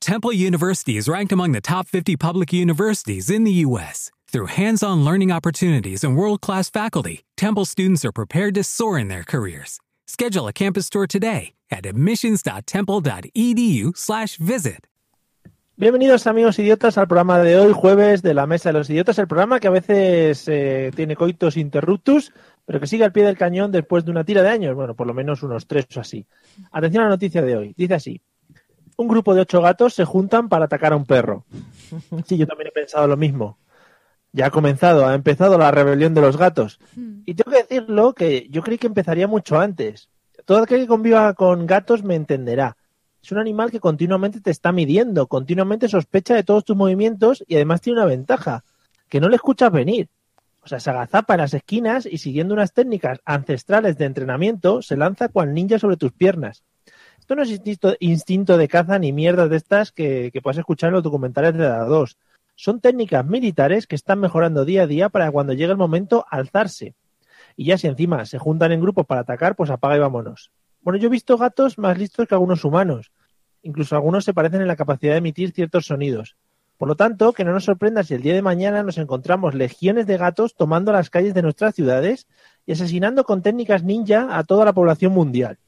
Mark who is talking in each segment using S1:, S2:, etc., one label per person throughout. S1: Temple University is ranked among the top 50 public universities in the U.S. Through hands on learning opportunities and world class faculty, Temple students are prepared to soar in their careers. Schedule a campus tour today at E admissions.temple.edu/slash visit.
S2: Bienvenidos amigos idiotas al programa de hoy, jueves de la Mesa de los Idiotas, el programa que a veces eh, tiene coitos interruptus, pero que sigue al pie del cañón después de una tira de años, bueno, por lo menos unos tres o así. Atención a la noticia de hoy, dice así, un grupo de ocho gatos se juntan para atacar a un perro. Sí, yo también he pensado lo mismo. Ya ha comenzado, ha empezado la rebelión de los gatos. Y tengo que decirlo que yo creí que empezaría mucho antes. Todo aquel que conviva con gatos me entenderá es un animal que continuamente te está midiendo, continuamente sospecha de todos tus movimientos y además tiene una ventaja, que no le escuchas venir. O sea, se agazapa en las esquinas y siguiendo unas técnicas ancestrales de entrenamiento, se lanza cual ninja sobre tus piernas. Esto no es instinto, instinto de caza ni mierdas de estas que, que puedes escuchar en los documentales de la 2. Son técnicas militares que están mejorando día a día para cuando llegue el momento alzarse. Y ya si encima se juntan en grupos para atacar, pues apaga y vámonos. Bueno, yo he visto gatos más listos que algunos humanos. Incluso algunos se parecen en la capacidad de emitir ciertos sonidos. Por lo tanto, que no nos sorprenda si el día de mañana nos encontramos legiones de gatos tomando las calles de nuestras ciudades y asesinando con técnicas ninja a toda la población mundial.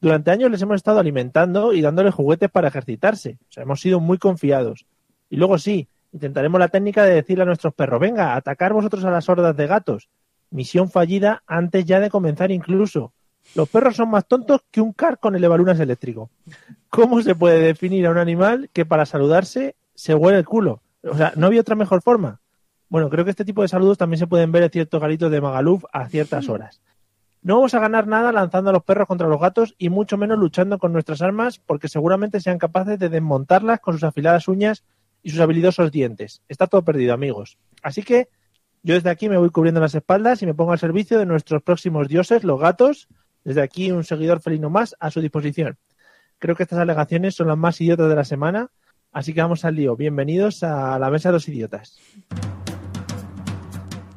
S2: Durante años les hemos estado alimentando y dándoles juguetes para ejercitarse. O sea, hemos sido muy confiados. Y luego sí, intentaremos la técnica de decirle a nuestros perros, venga, atacar vosotros a las hordas de gatos. Misión fallida antes ya de comenzar incluso. Los perros son más tontos que un car con el evalunas eléctrico. ¿Cómo se puede definir a un animal que para saludarse se huele el culo? O sea, no había otra mejor forma. Bueno, creo que este tipo de saludos también se pueden ver en ciertos galitos de Magaluf a ciertas horas. No vamos a ganar nada lanzando a los perros contra los gatos y mucho menos luchando con nuestras armas porque seguramente sean capaces de desmontarlas con sus afiladas uñas y sus habilidosos dientes. Está todo perdido, amigos. Así que yo desde aquí me voy cubriendo las espaldas y me pongo al servicio de nuestros próximos dioses, los gatos, desde aquí, un seguidor felino más a su disposición. Creo que estas alegaciones son las más idiotas de la semana, así que vamos al lío. Bienvenidos a la Mesa de los Idiotas.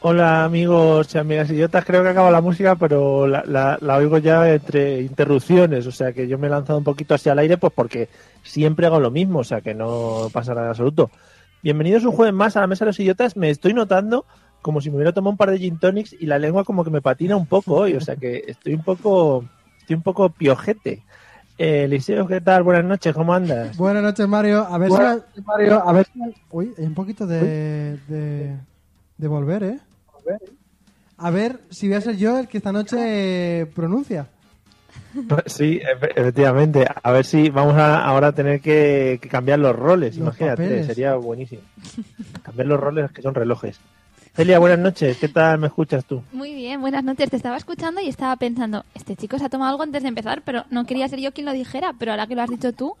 S2: Hola amigos y amigas idiotas, creo que acaba la música, pero la, la- la oigo ya entre interrupciones, o sea que yo me he lanzado un poquito hacia el aire, pues porque siempre hago lo mismo, o sea que no pasa nada en absoluto. Bienvenidos un jueves más a la mesa de los idiotas, me estoy notando como si me hubiera tomado un par de gin tonics y la lengua como que me patina un poco hoy, o sea que estoy un poco, estoy un poco piojete. Eh, Eliseo, ¿qué tal? Buenas noches, ¿cómo andas?
S3: Buenas noches, Mario. A ver
S2: Buenas
S3: si. Mario, a ver Uy, hay un poquito de, de. de volver, ¿eh? A ver si voy a ser yo el que esta noche eh, pronuncia.
S2: Sí, efe- efectivamente. A ver si vamos a ahora a tener que, que cambiar los roles.
S3: Los
S2: imagínate,
S3: papeles.
S2: sería buenísimo. Cambiar los roles que son relojes. Celia, buenas noches. ¿Qué tal me escuchas tú?
S4: Muy bien, buenas noches. Te estaba escuchando y estaba pensando, este chico se ha tomado algo antes de empezar, pero no quería ser yo quien lo dijera, pero ahora que lo has dicho tú,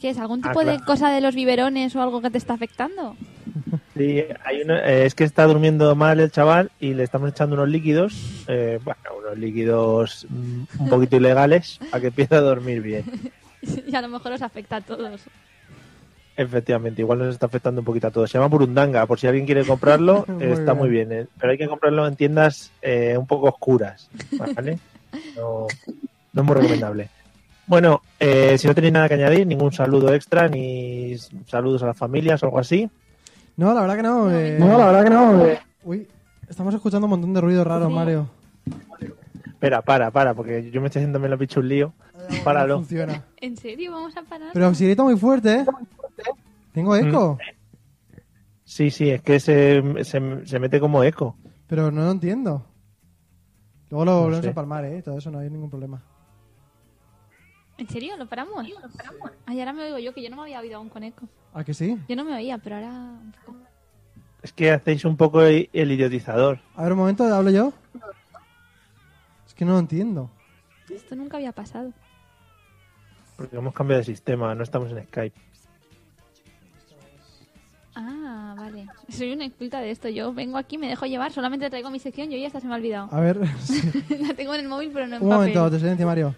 S4: ¿qué es? ¿Algún
S2: Ah,
S4: tipo de
S2: claro.
S4: cosa de los biberones o algo que te está afectando?
S2: Sí, hay una- eh, es que está durmiendo mal el chaval y le estamos echando unos líquidos, eh, bueno, unos líquidos mm, un poquito ilegales, para que empiece a dormir bien.
S4: y a lo mejor os afecta a todos.
S2: Efectivamente, igual nos está afectando un poquito a todos. Se llama Burundanga, por si alguien quiere comprarlo,
S3: Muy
S2: eh, está
S3: bien.
S2: muy bien. eh, Pero hay que comprarlo en tiendas eh, un poco oscuras, ¿vale? No, no es muy recomendable. Bueno, eh, si no tenéis nada que añadir, ningún saludo extra, ni saludos a las familias o algo así.
S3: No, la verdad que no. eh.
S2: verdad que no.
S3: Uy, estamos escuchando un montón de ruido raro,
S4: Sí.
S3: Mario.
S2: Espera, para, para, porque yo me estoy haciendo la picha un lío.
S3: No
S2: Páralo.
S3: funciona.
S4: ¿En serio? ¿Vamos a parar?
S3: Pero si grito muy fuerte, Mm. ¿eh? Tengo eco.
S2: Sí, sí, es que se, se, se mete como eco.
S3: Pero no lo entiendo. Luego lo volvemos
S2: sé.
S3: a palmar, ¿eh? Todo eso no hay ningún problema.
S4: ¿En serio? ¿Lo paramos? Ay, ahora me oigo yo, que yo no me había oído aún con eco.
S3: ¿A que sí?
S4: Yo no me oía, pero ahora... un poco.
S2: Es que hacéis un poco el el idiotizador.
S3: A ver, un momento, ¿hablo yo? Es que no lo entiendo.
S4: Esto nunca había pasado.
S2: Porque hemos cambiado de sistema, no estamos en Skype.
S4: Ah, vale. Soy una experta de esto. Yo vengo aquí, me dejo llevar, solamente traigo mi sección yo ya hasta se me ha olvidado.
S3: A ver, sí.
S4: La tengo en el móvil, pero no en
S3: un
S4: papel.
S3: momento, de silencio, Mario.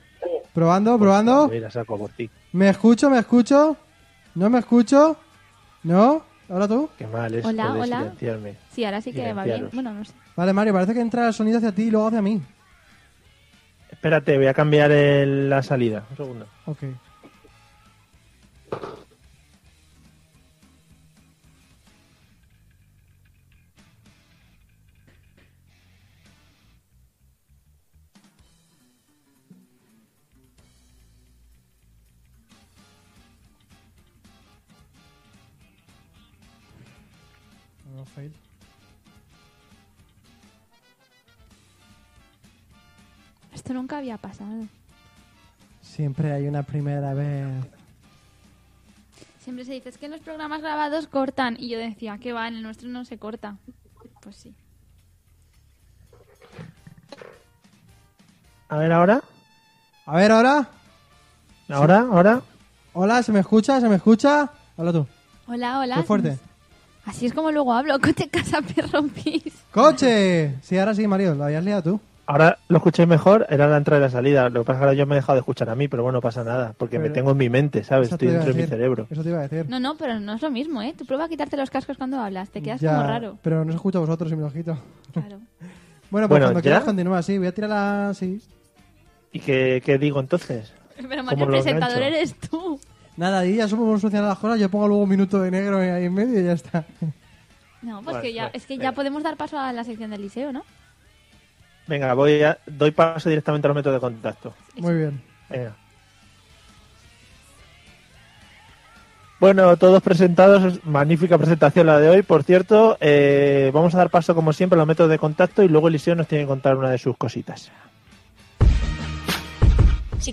S3: Probando, Pues probando.
S2: Mira, saco por ti.
S3: ¿Me escucho, me escucho? ¿No me escucho? ¿No? ¿Ahora tú?
S2: Qué mal esto
S4: Hola,
S2: de
S4: hola.
S2: silenciarme.
S4: Sí, ahora sí que va bien.
S2: Silenciaros.
S4: Bueno, no sé.
S3: Vale, Mario, parece que entra el sonido hacia ti y luego hacia mí.
S2: Espérate, voy a cambiar el- la salida. Un segundo.
S3: Ok. No, fail.
S4: Esto nunca había pasado.
S3: Siempre hay una primera vez.
S4: Siempre se dice, es que en los programas grabados cortan. Y yo decía, que va, en el nuestro no se corta. Pues sí.
S2: A ver, ahora.
S3: A ver, ahora.
S2: Ahora, ahora.
S3: Hola, ¿se me escucha? ¿Se me escucha? Habla tú.
S4: Hola, hola.
S3: Qué fuerte.
S4: Así es como luego hablo, coche, casa, perro, pis.
S3: ¡Coche! Sí, ahora sí, Mario, lo habías liado tú.
S2: Ahora lo escucháis mejor, era la entrada y la salida. Lo que pasa es que ahora yo me he dejado de escuchar a mí, pero bueno, no pasa nada, porque me
S3: Pero-
S2: tengo en mi mente, ¿sabes?
S3: Eso te
S2: Estoy
S3: iba a
S2: dentro de mi
S3: decir.
S2: cerebro.
S3: Eso te iba a decir.
S4: No, no, pero no es lo mismo, ¿eh? Tú prueba a quitarte los cascos cuando hablas, te quedas
S3: Ya,
S4: como raro.
S3: Pero no se escucha a vosotros si me lo quito.
S4: Claro.
S2: Bueno,
S3: Bueno, pues cuando
S2: ¿ya?
S3: quieras continúa, sí. Voy a tirar la... Sí.
S2: ¿Y qué, qué digo entonces?
S4: Pero
S2: Como
S4: Mario, el
S2: los
S4: presentador
S2: ganchos.
S4: eres tú.
S3: Nada, y ya supongo solucionar las cosas. Yo pongo luego un minuto de negro ahí en medio y ya está.
S4: No, pues
S2: Vale,
S4: que ya,
S2: vale,
S4: es que ya
S2: venga.
S4: podemos dar paso a la sección del liceo, ¿no?
S2: Venga, voy a, doy paso directamente a los métodos de contacto.
S3: Muy bien.
S2: Venga. Bueno, todos presentados, magnífica presentación la de hoy. Por cierto, eh, vamos a dar paso como siempre a los métodos de contacto y luego Eliseo nos tiene que contar una de sus cositas.
S5: Si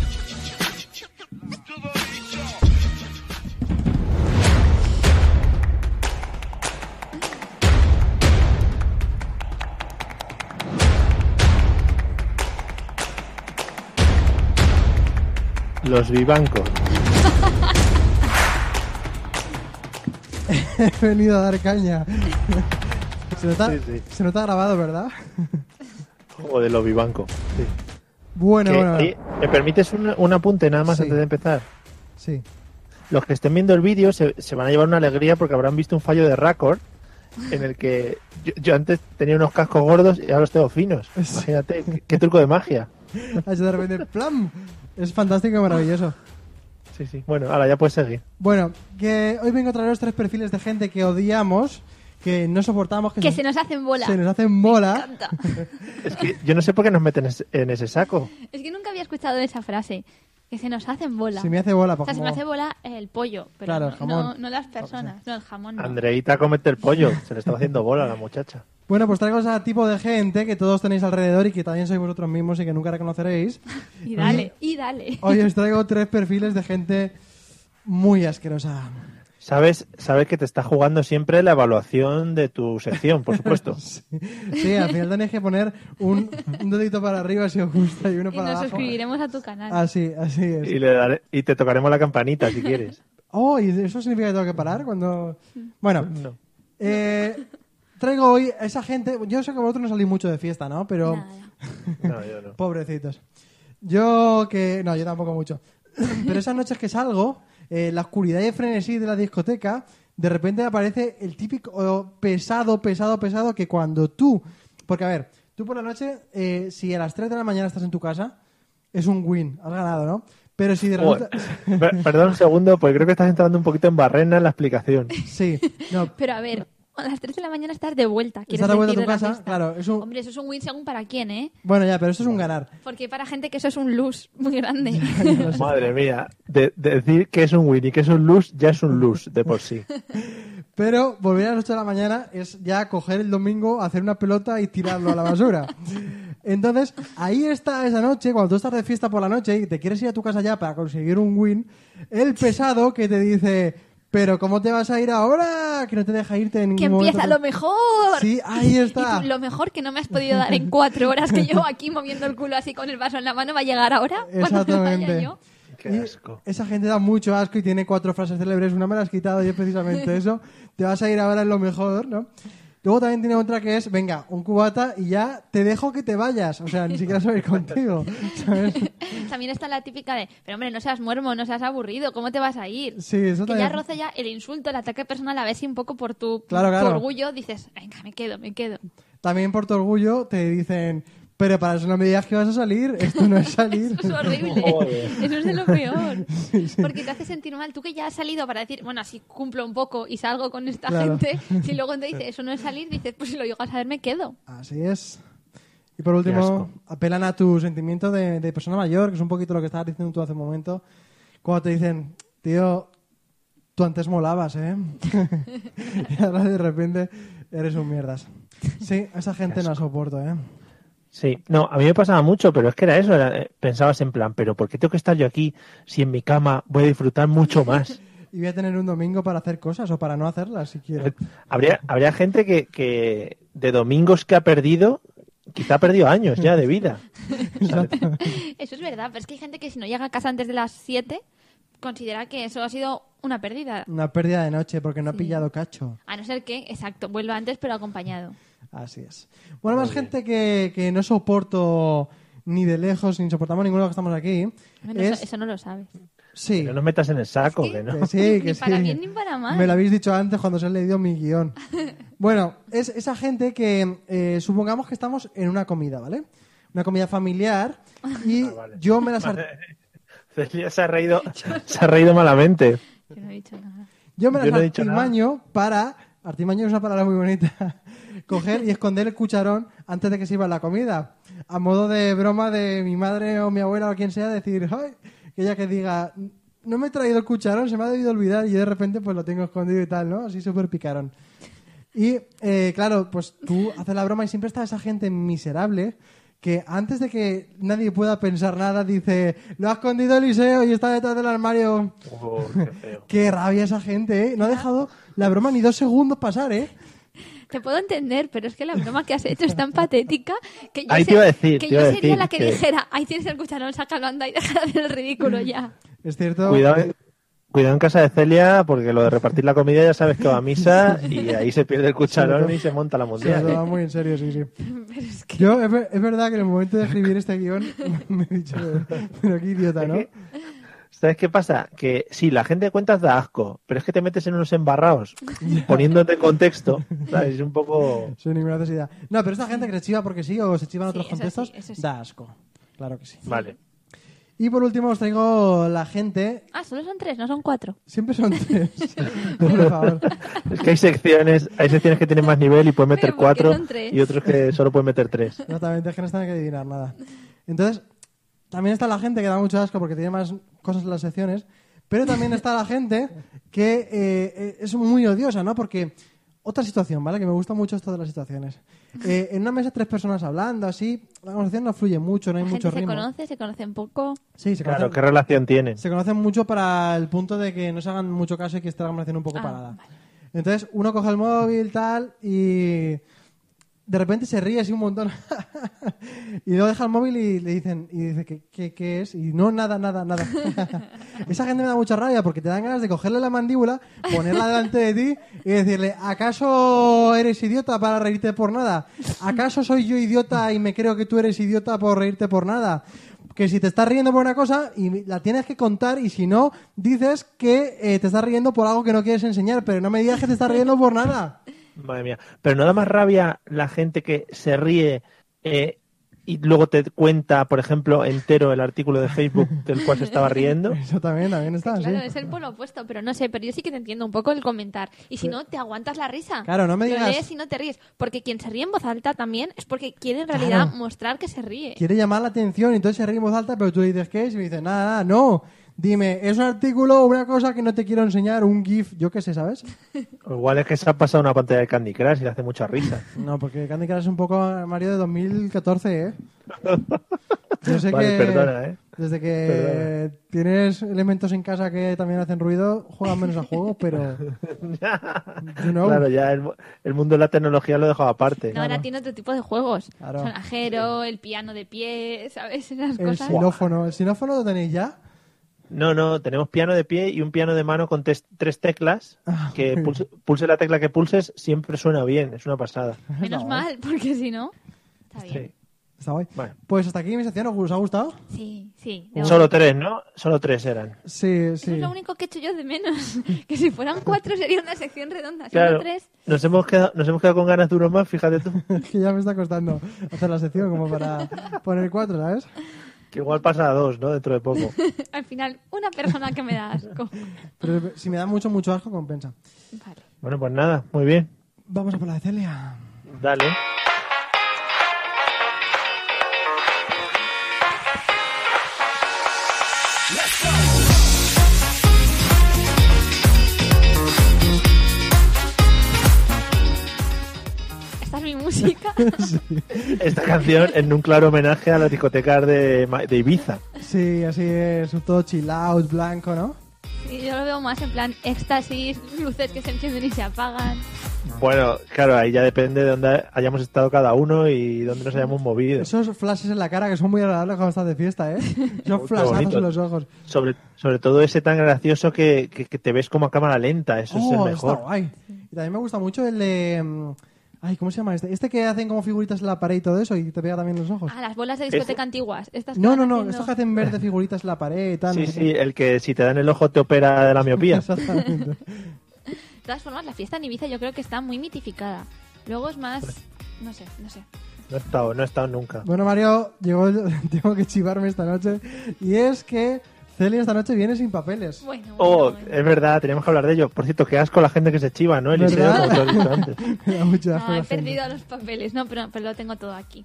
S2: Los vivancos.
S3: He venido a dar caña. se, nota,
S2: Sí, sí.
S3: se nota grabado, ¿verdad?
S2: O de los vivancos. Sí.
S3: Bueno,
S2: Que,
S3: bueno.
S2: oye, ¿Me permites un, un apunte nada más
S3: Sí.
S2: antes de empezar?
S3: Sí.
S2: Los que estén viendo el vídeo se, se van a llevar una alegría porque habrán visto un fallo de récord en el que yo, yo antes tenía unos cascos gordos y ahora los tengo finos.
S3: Sí.
S2: Imagínate, qué, qué truco de magia.
S3: Ha hecho de repente ¡plam! Es fantástico y maravilloso.
S2: Sí, sí. Bueno, ahora ya puedes seguir.
S3: Bueno, que hoy vengo a traeros tres perfiles de gente que odiamos, que no soportamos, que,
S4: Que se nos hacen bola.
S3: se nos hacen bola.
S4: Canta.
S2: Es que yo no sé por qué nos meten es- en ese saco.
S4: es que nunca había escuchado esa frase. Que se nos hacen bola.
S3: Se me hace bola,
S4: O sea,
S3: porque
S4: se me hace bola el pollo, pero
S3: Claro, el
S4: no,
S3: jamón.
S4: no- no las personas, no el jamón. no.
S2: Andreita comete el pollo. Se le estaba haciendo bola a la muchacha.
S3: Bueno, pues traigo ese tipo de gente que todos tenéis alrededor y que también sois vosotros mismos y que nunca reconoceréis.
S4: Y dale, y dale.
S3: Hoy os traigo tres perfiles de gente muy asquerosa.
S2: Sabes, sabes que te está jugando siempre la evaluación de tu sección, por supuesto.
S3: Sí, al final tenéis que poner un, un dedito para arriba si os gusta y uno
S4: Y
S3: para
S4: nos
S3: abajo.
S4: suscribiremos a tu canal.
S3: Así, así
S2: Y,
S3: es.
S2: le daré- y te tocaremos la campanita si quieres.
S3: Oh, ¿y eso significa que tengo que parar cuando...? Bueno,
S2: No.
S3: eh, traigo hoy a esa gente... Yo sé que vosotros no salís mucho de fiesta, ¿no? Pero...
S4: Nada.
S2: No, yo no.
S3: Pobrecitos. Yo que... No, yo tampoco mucho. Pero esas noches que salgo, eh, la oscuridad y el frenesí de la discoteca, de repente aparece el típico pesado, pesado, pesado que cuando tú... Porque a ver, tú por la noche, eh, si a las 3 de la mañana estás en tu casa, es un win, has ganado, ¿no? Pero si de repente...
S2: Joder. Per- Perdón un segundo, porque creo que estás entrando un poquito en barrena en la explicación.
S3: Sí, no,
S4: Pero a ver, a las 3 de la mañana estás de vuelta. Quieres
S3: Estás de vuelta a
S4: decir,
S3: tu
S4: la
S3: casa,
S4: fiesta.
S3: claro, es un-
S4: Hombre, eso es un win según para quién, ¿eh?
S3: Bueno, ya, pero esto es un ganar.
S4: Porque hay para gente que eso es un luz muy grande.
S2: Madre mía, de, de decir que es un win y que es un lose ya es un lose de por sí.
S3: Pero volver a las 8 de la mañana es ya coger el domingo, hacer una pelota y tirarlo a la basura. Entonces, ahí está esa noche, cuando tú estás de fiesta por la noche y te quieres ir a tu casa ya para conseguir un win, el pesado que te dice, pero ¿cómo te vas a ir ahora? Que no te deja irte en ningún
S4: que empieza
S3: momento".
S4: lo mejor.
S3: Sí, ahí está.
S4: Y tú, lo mejor que no me has podido dar en cuatro horas que llevo aquí moviendo el culo así con el vaso en la mano va a llegar ahora. Cuando me vaya
S3: Exactamente.
S4: yo.
S2: Qué
S3: Y
S2: asco.
S3: Esa gente da mucho asco y tiene cuatro frases célebres. Una me la has quitado y es precisamente eso. Te vas a ir ahora en lo mejor, ¿no? Luego también tiene otra que es, venga, un cubata y ya te dejo que te vayas. O sea, ni siquiera soy contigo. ¿sabes?
S4: También está la típica de, pero hombre, no seas muermo, no seas aburrido, ¿cómo te vas a ir?
S3: Sí, eso
S4: que ya
S3: también.
S4: roza ya el insulto, el ataque personal, a ver si un poco por tu,
S3: Claro,
S4: tu
S3: claro.
S4: orgullo dices, venga, me quedo, me quedo.
S3: También por tu orgullo te dicen, pero para eso no me digas que vas a salir. Esto no es salir.
S4: Eso es horrible.
S2: Joder.
S4: Eso es de lo peor. Porque te hace sentir mal. Tú que ya has salido para decir, bueno, así cumplo un poco y salgo con esta
S3: Claro.
S4: gente. Si luego te dice, eso no es salir, dices, pues si lo llego a saber, me quedo.
S3: Así es. Y por
S2: Qué asco.
S3: último, apelan a tu sentimiento de, de persona mayor, que es un poquito lo que estabas diciendo tú hace un momento, cuando te dicen, tío, tú antes molabas, ¿eh? y ahora de repente eres un mierdas. Sí, a esa gente no la soporto, ¿eh?
S2: Sí, no, a mí me pasaba mucho, pero es que era eso. era, eh, pensabas en plan, pero ¿por qué tengo que estar yo aquí si en mi cama voy a disfrutar mucho más?
S3: Y voy a tener un domingo para hacer cosas o para no hacerlas, si
S2: Eh.
S3: quiero.
S2: Habría, habría gente que, que de domingos que ha perdido, quizá ha perdido años ya de vida.
S4: Eso es verdad, pero es que hay gente que si no llega a casa antes de las 7, considera que eso ha sido una pérdida.
S3: Una pérdida de noche porque no ha
S4: Sí.
S3: pillado cacho.
S4: A no ser que, exacto, vuelva antes pero acompañado.
S3: Así es. Bueno, más gente que, que no soporto ni de lejos, ni soportamos ninguno de los que estamos aquí.
S4: Bueno,
S3: es...
S4: eso, eso no lo sabes.
S3: Sí.
S2: Que no nos metas en el saco, que no.
S3: Que sí, que
S4: Ni
S3: sí.
S4: para bien ni para mal.
S3: Me lo habéis dicho antes cuando os he leído mi guión. Bueno, es esa gente que eh, supongamos que estamos en una comida, ¿vale? Una comida familiar y yo me las ar-
S2: Celia se ha reído, se ha reído malamente.
S4: Yo no he dicho nada.
S3: yo me las
S2: Yo no he dicho nada.
S3: artimaño para artimaño es una palabra muy bonita coger y esconder el cucharón antes de que sirva la comida a modo de broma de mi madre o mi abuela o quien sea decir ay que ella que diga no me he traído el cucharón se me ha debido olvidar y yo de repente pues lo tengo escondido y tal no así súper picarón Y eh, claro, pues tú haces la broma y siempre está esa gente miserable que antes de que nadie pueda pensar nada dice, lo ha escondido Eliseo y está detrás del armario.
S2: Oh, qué feo.
S3: Qué rabia esa gente, ¿eh? No ha dejado la broma ni dos segundos pasar, ¿eh?
S4: Te puedo entender, pero es que la broma que has hecho es tan patética que yo,
S2: Ahí
S4: se-
S2: te iba a decir,
S4: que
S2: te
S4: yo
S2: iba a
S4: sería
S2: decir
S4: la que,
S2: que-
S4: dijera, ahí tienes el cucharón, sácalo, anda y deja de hacer el ridículo ya.
S3: Es cierto. eh,
S2: Cuidado, cuidado en casa de Celia, porque lo de repartir la comida ya sabes que va a misa y ahí se pierde el cucharón y se monta la
S3: Se lo
S2: mundial.
S3: toma muy en serio, sí, sí. Yo, es, ver- es verdad que en el momento de escribir este guión me he dicho, pero qué idiota, ¿no?
S2: ¿Sabes qué pasa? Que sí, la gente de cuentas da asco, pero es que te metes en unos embarrados poniéndote en contexto. ¿sabes? Es un poco.
S3: Sin ninguna necesidad. No, pero esta gente que se chiva porque sí o se chiva en
S4: Sí,
S3: otros
S4: eso sí,
S3: contextos,
S4: eso sí.
S3: da asco. Claro que sí.
S2: Vale.
S3: Y por último os traigo la gente.
S4: Ah, solo son tres, no son cuatro.
S3: Siempre son tres. por favor.
S2: Es que hay secciones, hay secciones que tienen más nivel y puedes meter
S4: Pero ¿por qué
S2: cuatro
S4: son tres?
S2: y otros que solo puedes meter tres.
S3: Exactamente, es que no se tiene que adivinar nada. Entonces, también está la gente que da mucho asco porque tiene más cosas en las secciones, pero también está la gente que eh, eh, es muy odiosa, ¿no? Porque otra situación, ¿vale? Que me gusta mucho esto de las situaciones. Eh, en una mesa tres personas hablando, así, la conversación no fluye mucho, no hay
S4: la gente
S3: mucho
S4: se
S3: ritmo.
S4: conoce, se conocen poco.
S3: Sí, se
S2: Claro,
S3: conocen,
S2: ¿qué relación tienen?
S3: se conocen mucho para el punto de que no se hagan mucho caso y que esté la conversación un poco
S4: Ah,
S3: parada.
S4: vale.
S3: Entonces, uno coge el móvil, tal, y de repente se ríe así un montón. y luego deja el móvil y le dicen, y dice, ¿qué, qué, qué es? Y no, nada, nada, nada. Esa gente me da mucha rabia porque te dan ganas de cogerle la mandíbula, ponerla delante de ti y decirle, ¿acaso eres idiota para reírte por nada? ¿Acaso soy yo idiota y me creo que tú eres idiota por reírte por nada? Que si te estás riendo por una cosa y la tienes que contar y si no, dices que eh, te estás riendo por algo que no quieres enseñar, pero no me digas que te estás riendo por nada.
S2: Madre mía. Pero no da más rabia la gente que se ríe eh, y luego te cuenta, por ejemplo, entero el artículo de Facebook del cual se estaba riendo.
S3: Eso también, también está,
S4: Claro,
S3: Ah, sí.
S4: es el polo opuesto, pero no sé, pero yo sí que te entiendo un poco el comentar. Y si no, te aguantas la risa.
S3: Claro, no me
S4: Lo
S3: digas-
S4: lees y no te ríes. Porque quien se ríe en voz alta también es porque quiere en realidad
S3: Claro.
S4: mostrar que se ríe.
S3: Quiere llamar la atención y entonces se ríe en voz alta, pero tú le dices qué es y me dices nada, nada, no. Dime, es un artículo, una cosa que no te quiero enseñar, un GIF, yo qué sé, ¿sabes?
S2: O igual es que se ha pasado una pantalla de Candy Crush y le hace mucha risa.
S3: No, porque Candy Crush es un poco Mario de 2014, ¿eh? Yo sé
S2: Vale,
S3: que
S2: perdona, ¿eh?
S3: desde que tienes elementos en casa que también hacen ruido, juegas menos a juegos, pero you know,
S2: Claro, ya el, mu- el mundo de la tecnología lo dejaba aparte.
S4: No, ahora tiene otro tipo de juegos.
S3: Claro.
S4: Sonajero, el piano de pie, ¿sabes? Esas
S3: el
S4: cosas.
S3: xilófono. ¿El xilófono lo tenéis ya?
S2: No, no, tenemos piano de pie y un piano de mano con tes- tres teclas
S3: Ah,
S2: que
S3: muy
S2: pulse, pulse la tecla que pulses siempre suena bien, es una pasada.
S4: Menos mal, porque si no. Está bien.
S2: Sí.
S3: Está guay.
S2: Bueno.
S3: Pues hasta aquí mi sección, ¿os ha gustado?
S4: Sí, sí. de
S2: Solo
S4: momento.
S2: tres, ¿no? Solo tres eran.
S3: Sí,
S4: Eso
S3: sí.
S4: es lo único que he hecho yo de menos. que si fueran cuatro sería una sección redonda. Solo
S2: Claro.
S4: tres.
S2: Nos hemos quedado, nos hemos quedado con ganas de uno más, fíjate tú.
S3: Es que ya me está costando hacer la sección como para poner cuatro, ¿sabes?
S2: Que igual pasa a dos, ¿no? Dentro de poco.
S4: Al final, una persona que me da asco.
S3: Pero si me da mucho, mucho asco, compensa.
S4: Vale.
S2: Bueno, pues nada, muy bien.
S3: Vamos a por la de Celia.
S2: Dale.
S4: Esta es mi música.
S2: Esta canción en un claro homenaje a las discotecas de, Ma- de Ibiza.
S3: Sí, así es, un todo chill out, blanco, ¿no?
S4: Y yo lo veo más en plan éxtasis, luces que se encienden y se apagan.
S2: Bueno, claro, ahí ya depende de dónde hayamos estado cada uno y dónde nos hayamos movido.
S3: Esos flashes en la cara que son muy agradables cuando estás de fiesta, ¿eh? Son
S2: Qué
S3: flashazos
S2: bonito.
S3: en los ojos.
S2: Sobre, sobre todo ese tan gracioso que, que- que te ves como a cámara lenta, eso es el
S3: Oh, está
S2: mejor.
S3: guay. Y también me gusta mucho el de... mm, Ay, ¿cómo se llama este? Este que hacen como figuritas en la pared y todo eso y te pega también en los ojos.
S4: Ah, las bolas de discoteca antiguas. Estas que
S3: No,
S4: van
S3: no, no,
S4: haciendo-
S3: estos que hacen verde figuritas en la pared y tal.
S2: Sí,
S3: no sé
S2: sí, el que si te dan el ojo te opera de la
S3: qué.
S2: miopía.
S3: Exactamente.
S4: De todas formas, la fiesta en Ibiza yo creo que está muy mitificada. Luego es más... No sé, no sé.
S2: No he estado, no he estado nunca.
S3: Bueno, Mario, llegó el- tengo que chivarme esta noche. Y es que Celia esta noche viene sin papeles.
S4: Bueno, bueno,
S2: Oh,
S4: bueno.
S2: es verdad, teníamos que hablar de ello. Por cierto, qué asco la gente que se chiva, ¿no? Eliseo,
S3: ¿Verdad?
S2: como te lo he dicho antes.
S3: Me da mucha
S4: No, Ah, he
S3: gracia.
S4: perdido los papeles. No, pero, pero lo tengo todo aquí.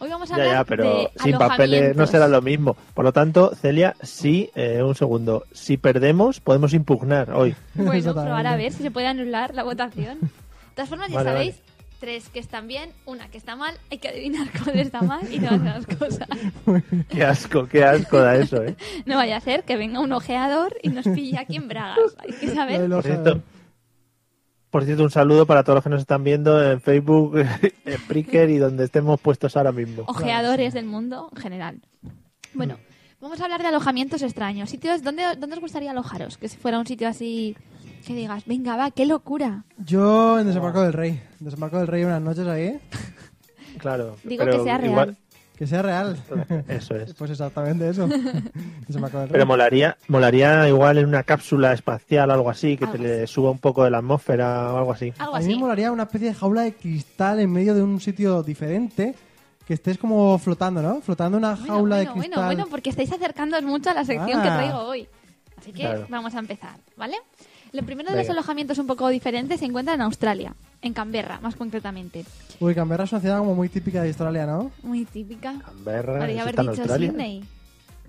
S4: Hoy vamos a
S2: Ya,
S4: hablar
S2: ya, pero
S4: de
S2: sin papeles no
S4: alojamientos.
S2: será lo mismo. Por lo tanto, Celia, sí, eh, un segundo. Si perdemos, podemos impugnar hoy.
S4: Bueno,
S3: Exactamente.
S4: probar a ver si se puede anular la votación. De todas formas, ya
S2: Vale,
S4: sabéis, tres que están bien, una que está mal, hay que adivinar cuál está mal y todas las cosas.
S2: Qué asco, qué asco da eso, ¿eh?
S4: No vaya a ser que venga un ojeador y nos pille aquí en Bragas. Hay que
S3: Lo
S4: saber.
S3: del
S2: Por
S3: ojo.
S2: cierto, por cierto, un saludo para todos los que nos están viendo en Facebook, en Spreaker y donde estemos puestos ahora mismo.
S4: Oh, Ojeadores del mundo en general. Bueno, vamos a hablar de alojamientos extraños. Sitios, ¿dónde, ¿Dónde os gustaría alojaros? Que si fuera un sitio así que digas, venga, va, qué locura.
S3: Yo en Desembarco del Rey. Desembarco del Rey unas noches ahí.
S2: Claro.
S4: Digo
S2: pero
S4: que sea real.
S2: igual-
S3: Que sea real.
S2: Eso es.
S3: Pues exactamente eso. Desembarco del Rey.
S2: Pero molaría, molaría igual en una cápsula espacial, algo así, que te
S4: Algo
S2: le suba un poco de la atmósfera o algo así.
S4: Algo
S3: A mí me
S4: así.
S3: molaría una especie de jaula de cristal en medio de un sitio diferente. Que estés como flotando, ¿no? Flotando una
S4: Bueno,
S3: jaula
S4: bueno,
S3: de
S4: bueno,
S3: cristal.
S4: bueno, porque estáis acercándoos mucho a la sección que
S3: Ah.
S4: traigo hoy. Así que
S2: Claro.
S4: vamos a empezar, ¿vale? Lo primero de los
S2: Venga.
S4: alojamientos un poco diferentes se encuentra en Australia, en Canberra, más concretamente.
S3: Uy, Canberra es una ciudad como muy típica de Australia, ¿no?
S4: Muy típica.
S2: Canberra,
S4: Podría
S2: eso
S4: haber
S2: está en
S4: dicho
S2: Australia.
S4: Sydney.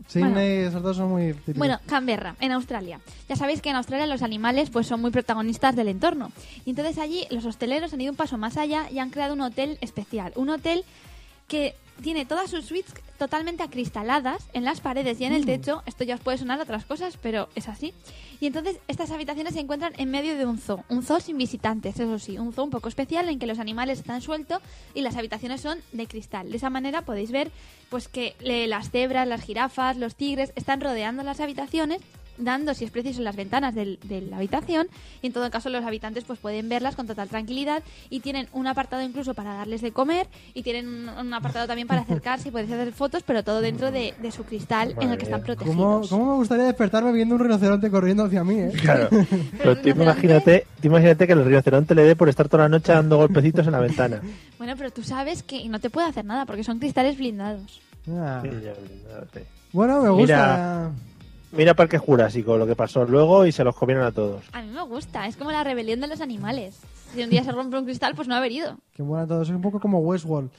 S3: Sydney, esos dos son muy típicos.
S4: Bueno, Canberra, en Australia. Ya sabéis que en Australia los animales pues son muy protagonistas del entorno. Y entonces allí los hosteleros han ido un paso más allá y han creado un hotel especial. Un hotel que tiene todas sus suites totalmente acristaladas en las paredes y en el techo. Esto ya os puede sonar a otras cosas, pero es así. Y entonces estas habitaciones se encuentran en medio de un zoo. Un zoo sin visitantes, eso sí. Un zoo un poco especial en que los animales están sueltos y las habitaciones son de cristal. De esa manera eh, podéis ver pues que le- las cebras, las jirafas, los tigres están rodeando las habitaciones dando, si es preciso, en las ventanas del- de la habitación. Y en todo caso, los habitantes pues pueden verlas con total tranquilidad y tienen un apartado incluso para darles de comer y tienen un, un apartado también para acercarse y poder hacer fotos, pero todo dentro de, de su cristal en el que están protegidos.
S3: ¿Cómo, cómo me gustaría despertarme viendo un rinoceronte corriendo hacia mí, eh?
S2: Claro. Pero tú
S4: rinoceronte-
S2: imagínate, tú imagínate que el rinoceronte le dé por estar toda la noche dando golpecitos en la ventana.
S4: Bueno, pero tú sabes que no te puede hacer nada porque son cristales blindados.
S3: Ah.
S2: Sí, ya, no sé.
S3: Bueno, me gusta.
S2: Mira Parque Jurásico, lo que pasó luego y se los comieron a todos.
S4: A mí me gusta, es como la rebelión de los animales. Si un día se rompe un cristal, pues no haber ido.
S3: Que mola todo, es un poco como Westworld.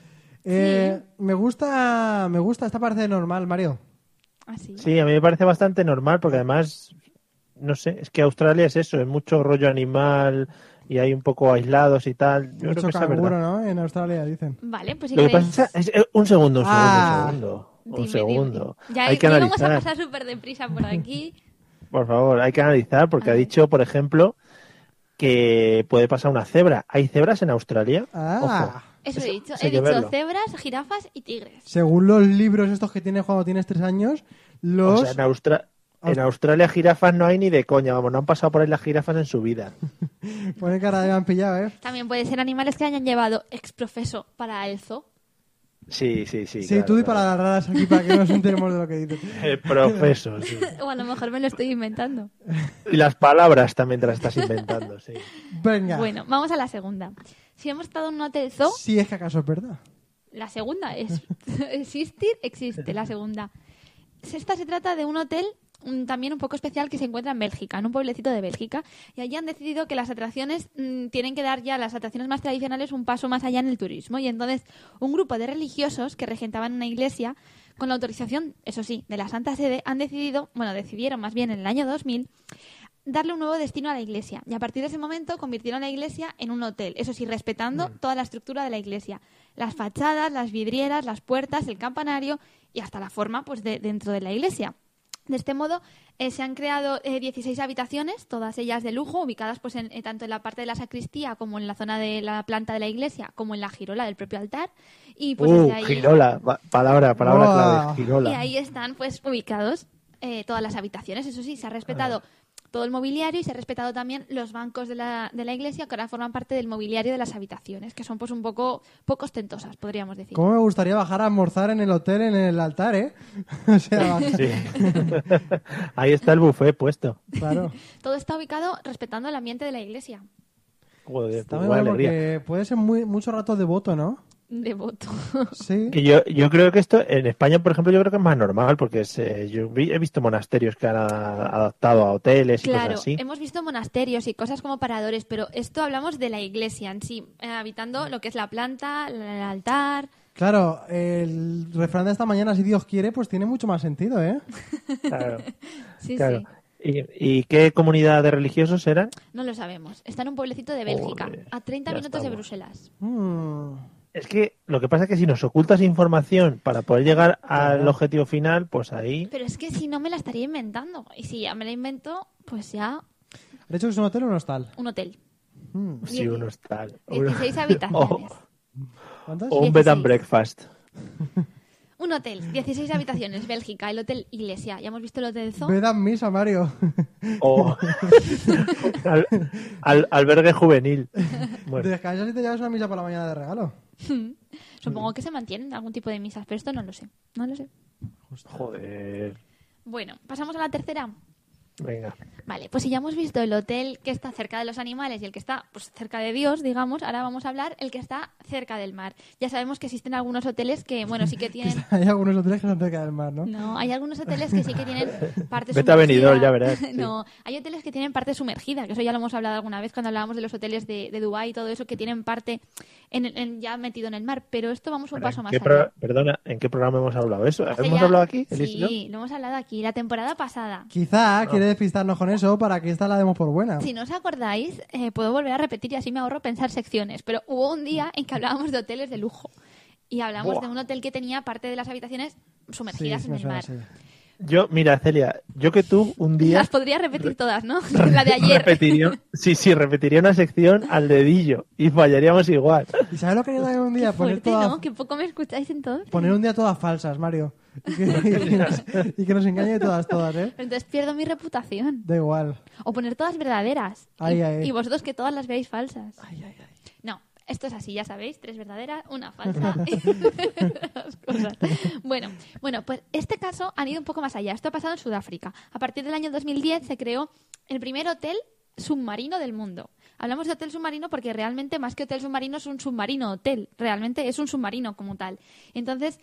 S3: Eh, Me gusta me gusta esta parte de normal, Mario.
S4: Así.
S2: Sí, a mí me parece bastante normal porque además, no sé, es que Australia es eso, es mucho rollo animal y hay un poco aislados y tal. Yo creo
S3: Mucho
S2: que esa es verdad.
S3: canguro, ¿no? En Australia, dicen.
S4: Vale, pues si
S2: Lo que
S4: queréis-
S2: pasa es, eh, un segundo, un segundo,
S3: Ah.
S2: un segundo. Un
S4: dime,
S2: segundo.
S4: dime. Ya
S2: hay que
S4: no vamos a
S2: analizar,
S4: pasar súper deprisa por aquí.
S2: por favor, hay que analizar porque
S4: A
S2: ha
S4: ver.
S2: dicho, por ejemplo, que puede pasar una cebra. ¿Hay cebras en Australia?
S3: Ah,
S2: Ojo.
S4: Eso he dicho.
S2: eso
S4: He
S2: hay que
S4: dicho
S2: verlo.
S4: cebras, jirafas y tigres.
S3: según los libros estos que tienes cuando tienes tres años, los...
S2: O sea, en, Austra- en Australia jirafas no hay ni de coña, vamos, no han pasado por ahí las jirafas en su vida.
S3: Pone cara de me han pillado, ¿eh?
S4: También puede ser animales que hayan llevado exprofeso para el zoo.
S2: Sí, sí, sí.
S3: Sí,
S2: claro,
S3: tú y para
S2: claro.
S3: las raras aquí para que nos enteremos de lo que dices.
S2: El profesor, sí.
S4: O a lo mejor me lo estoy inventando.
S2: Y las palabras también te las estás inventando, sí.
S3: Venga.
S4: Bueno, vamos a la segunda. Si hemos estado en un hotel zoo,
S3: Si es que acaso es verdad.
S4: La segunda es existir, existe. La segunda. Esta se trata de un hotel mm, también un poco especial que se encuentra en Bélgica, en un pueblecito de Bélgica. Y allí han decidido que las atracciones mm, tienen que dar ya, las atracciones más tradicionales, un paso más allá en el turismo. Y entonces un grupo de religiosos que regentaban una iglesia, con la autorización, eso sí, de la Santa Sede, han decidido, bueno, decidieron más bien en el año 2000 darle un nuevo destino a la iglesia. Y a partir de ese momento convirtieron la iglesia en un hotel, eso sí, respetando
S2: Mm.
S4: toda la estructura de la iglesia. Las fachadas, las vidrieras, las puertas, el campanario y hasta la forma pues, de, dentro de la iglesia. De este modo, eh, se han creado eh, 16 habitaciones, todas ellas de lujo, ubicadas pues, en- eh, tanto en la parte de la sacristía como en la zona de la planta de la iglesia, como en la girola del propio altar. Y pues
S2: uh,
S4: desde ahí-
S2: girola, va- palabra, palabra
S3: Buah.
S2: clave, girola.
S4: y ahí están pues ubicados eh, todas las habitaciones. Eso sí, se ha respetado todo el mobiliario y se ha respetado también los bancos de la, de la iglesia que ahora forman parte del mobiliario de las habitaciones, que son pues un poco, poco ostentosas, podríamos decir.
S3: ¿Cómo me gustaría bajar a almorzar en el hotel, en el altar, eh? O sea, bajar-
S2: Sí. ahí está el buffet puesto.
S3: claro.
S4: Todo está ubicado respetando el ambiente de la iglesia.
S2: Joder,
S3: Está
S2: pues,
S3: muy
S2: guay,
S3: bueno
S2: alegría.
S3: porque puede ser muy, mucho rato devoto, ¿no?
S4: Devoto.
S3: Sí.
S2: Que yo, yo creo que esto, en España, por ejemplo, yo creo que es más normal, porque se- yo vi- he visto monasterios que han a- adaptado a hoteles y
S4: Claro, em,
S2: cosas así.
S4: hemos visto monasterios y cosas como paradores, pero esto hablamos de la iglesia en sí, eh, habitando lo que es la planta, el altar.
S3: Claro, el refrán de esta mañana, si Dios quiere, pues tiene mucho más sentido, ¿eh?
S2: Claro,
S4: Sí,
S2: claro.
S4: sí.
S2: ¿Y, y qué comunidad de religiosos eran?
S4: No lo sabemos. Está en un pueblecito de Bélgica,
S2: Joder,
S4: a 30
S2: ya
S4: minutos de
S2: estamos.
S4: Bruselas.
S3: Mm.
S2: Es que lo que pasa es que si nos ocultas información para poder llegar al objetivo final, pues ahí...
S4: Pero es que si no me la estaría inventando. Y si ya me la invento, pues ya
S3: ¿Has dicho que es un hotel o un hostal?
S4: un hotel.
S3: Mm.
S2: Si uno está... uno- Oh,
S4: 16 habitaciones.
S3: ¿Cuántas?
S2: O un bed and
S4: 16.
S2: breakfast.
S4: Un hotel, 16 habitaciones, Bélgica, el hotel Iglesia. Ya hemos visto el hotel Zoo.
S3: Ved a misa, Mario.
S2: O al- al- albergue juvenil. Bueno,
S3: Descansas y te llevas una misa para la mañana de regalo.
S4: Supongo que se mantienen algún tipo de misas, pero esto no lo sé. No lo sé.
S2: pues, joder.
S4: Bueno, pasamos a la tercera.
S2: Venga.
S4: Vale, pues si ya hemos visto el hotel que está cerca de los animales y el que está pues, cerca de Dios, digamos, ahora vamos a hablar el que está cerca del mar. Ya sabemos que existen algunos hoteles que, bueno, sí que tienen...
S3: Hay algunos hoteles que están cerca del mar, ¿no?
S4: No, hay algunos hoteles que sí que tienen partes
S2: Vete a Benidorm, ya verás, sí.
S4: No, hay hoteles que tienen parte sumergida, que eso ya lo hemos hablado alguna vez cuando hablábamos de los hoteles de, de Dubái y todo eso, que tienen parte en, en- ya metido en el mar. Pero esto vamos un paso más
S2: ¿Qué pro-
S4: allá.
S2: Perdona, ¿en qué programa hemos hablado eso?
S4: Hace
S2: ¿Hemos
S4: ya-
S2: hablado aquí? Elis y yo?
S4: Sí, lo hemos hablado aquí, la temporada pasada.
S3: Quizá quiere despistarnos con eso para que esta la demos por
S2: Ah.
S3: buena.
S4: Si no os acordáis, eh, puedo volver a repetir y así me ahorro pensar secciones, pero hubo un día en que hablábamos de hoteles de lujo y hablamos
S2: Buah.
S4: de un hotel que tenía parte de las habitaciones sumergidas
S3: Sí,
S4: en
S3: me
S4: el
S3: suena,
S4: mar.
S3: sí.
S2: Yo, mira, Celia, yo que tú un día
S4: Las podría repetir todas, ¿no? La de ayer.
S2: repetiría, sí, sí, repetiría una sección al dedillo y fallaríamos igual.
S3: ¿Y sabes lo que yo también un día?
S4: Qué
S3: poner,
S4: fuerte,
S3: todas-
S4: ¿no? Que poco me escucháis entonces.
S3: poner un día todas falsas, Mario. Y que, y que nos, y que nos engañe todas, todas, ¿eh?
S4: Entonces pierdo mi reputación.
S3: Da igual.
S4: O poner todas verdaderas.
S3: Ay,
S4: y,
S3: ay.
S4: y vosotros que todas las veáis falsas. No, esto es así, ya sabéis. Tres verdaderas, una falsa. Las cosas. Bueno, bueno, pues este caso han ido un poco más allá. Esto ha pasado en Sudáfrica. A partir del año 2010 se creó el primer hotel submarino del mundo. Hablamos de hotel submarino porque realmente más que hotel submarino es un submarino hotel. Realmente es un submarino como tal. Entonces,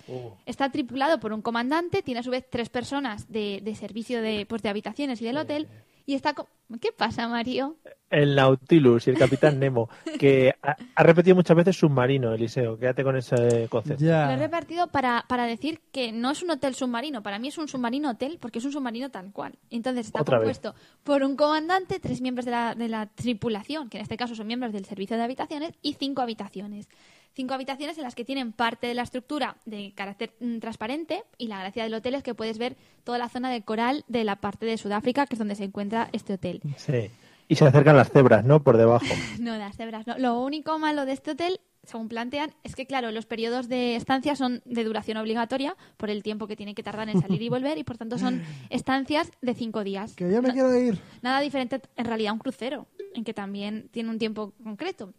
S4: está tripulado por un comandante, tiene a su vez tres personas de, de servicio de, pues, de habitaciones y del hotel. Y está... co- ¿Qué pasa, Mario?
S2: El Nautilus y el Capitán Nemo, que ha, ha repetido muchas veces submarino, Eliseo. Quédate con ese concepto.
S4: Lo he
S3: Ya.
S4: repartido para, para decir que no es un hotel submarino. Para mí es un submarino hotel porque es un submarino tal cual. Entonces está
S2: Otra vez.
S4: compuesto por un comandante, tres miembros de la, de la tripulación, que en este caso son miembros del servicio de habitaciones, y cinco habitaciones. Cinco habitaciones en las que tienen parte de la estructura de carácter mm, transparente y la gracia del hotel es que puedes ver toda la zona de coral de la parte de Sudáfrica, que es donde se encuentra este hotel.
S2: Sí. Y se acercan las cebras, ¿no? Por debajo.
S4: No, las cebras no. Lo único malo de este hotel, según plantean, es que, claro, los periodos de estancia son de duración obligatoria por el tiempo que tienen que tardar en salir y volver y, por tanto, son estancias de cinco días.
S3: Que yo me quiero ir.
S4: Nada diferente, en realidad, a un crucero, en que también tiene un tiempo concreto.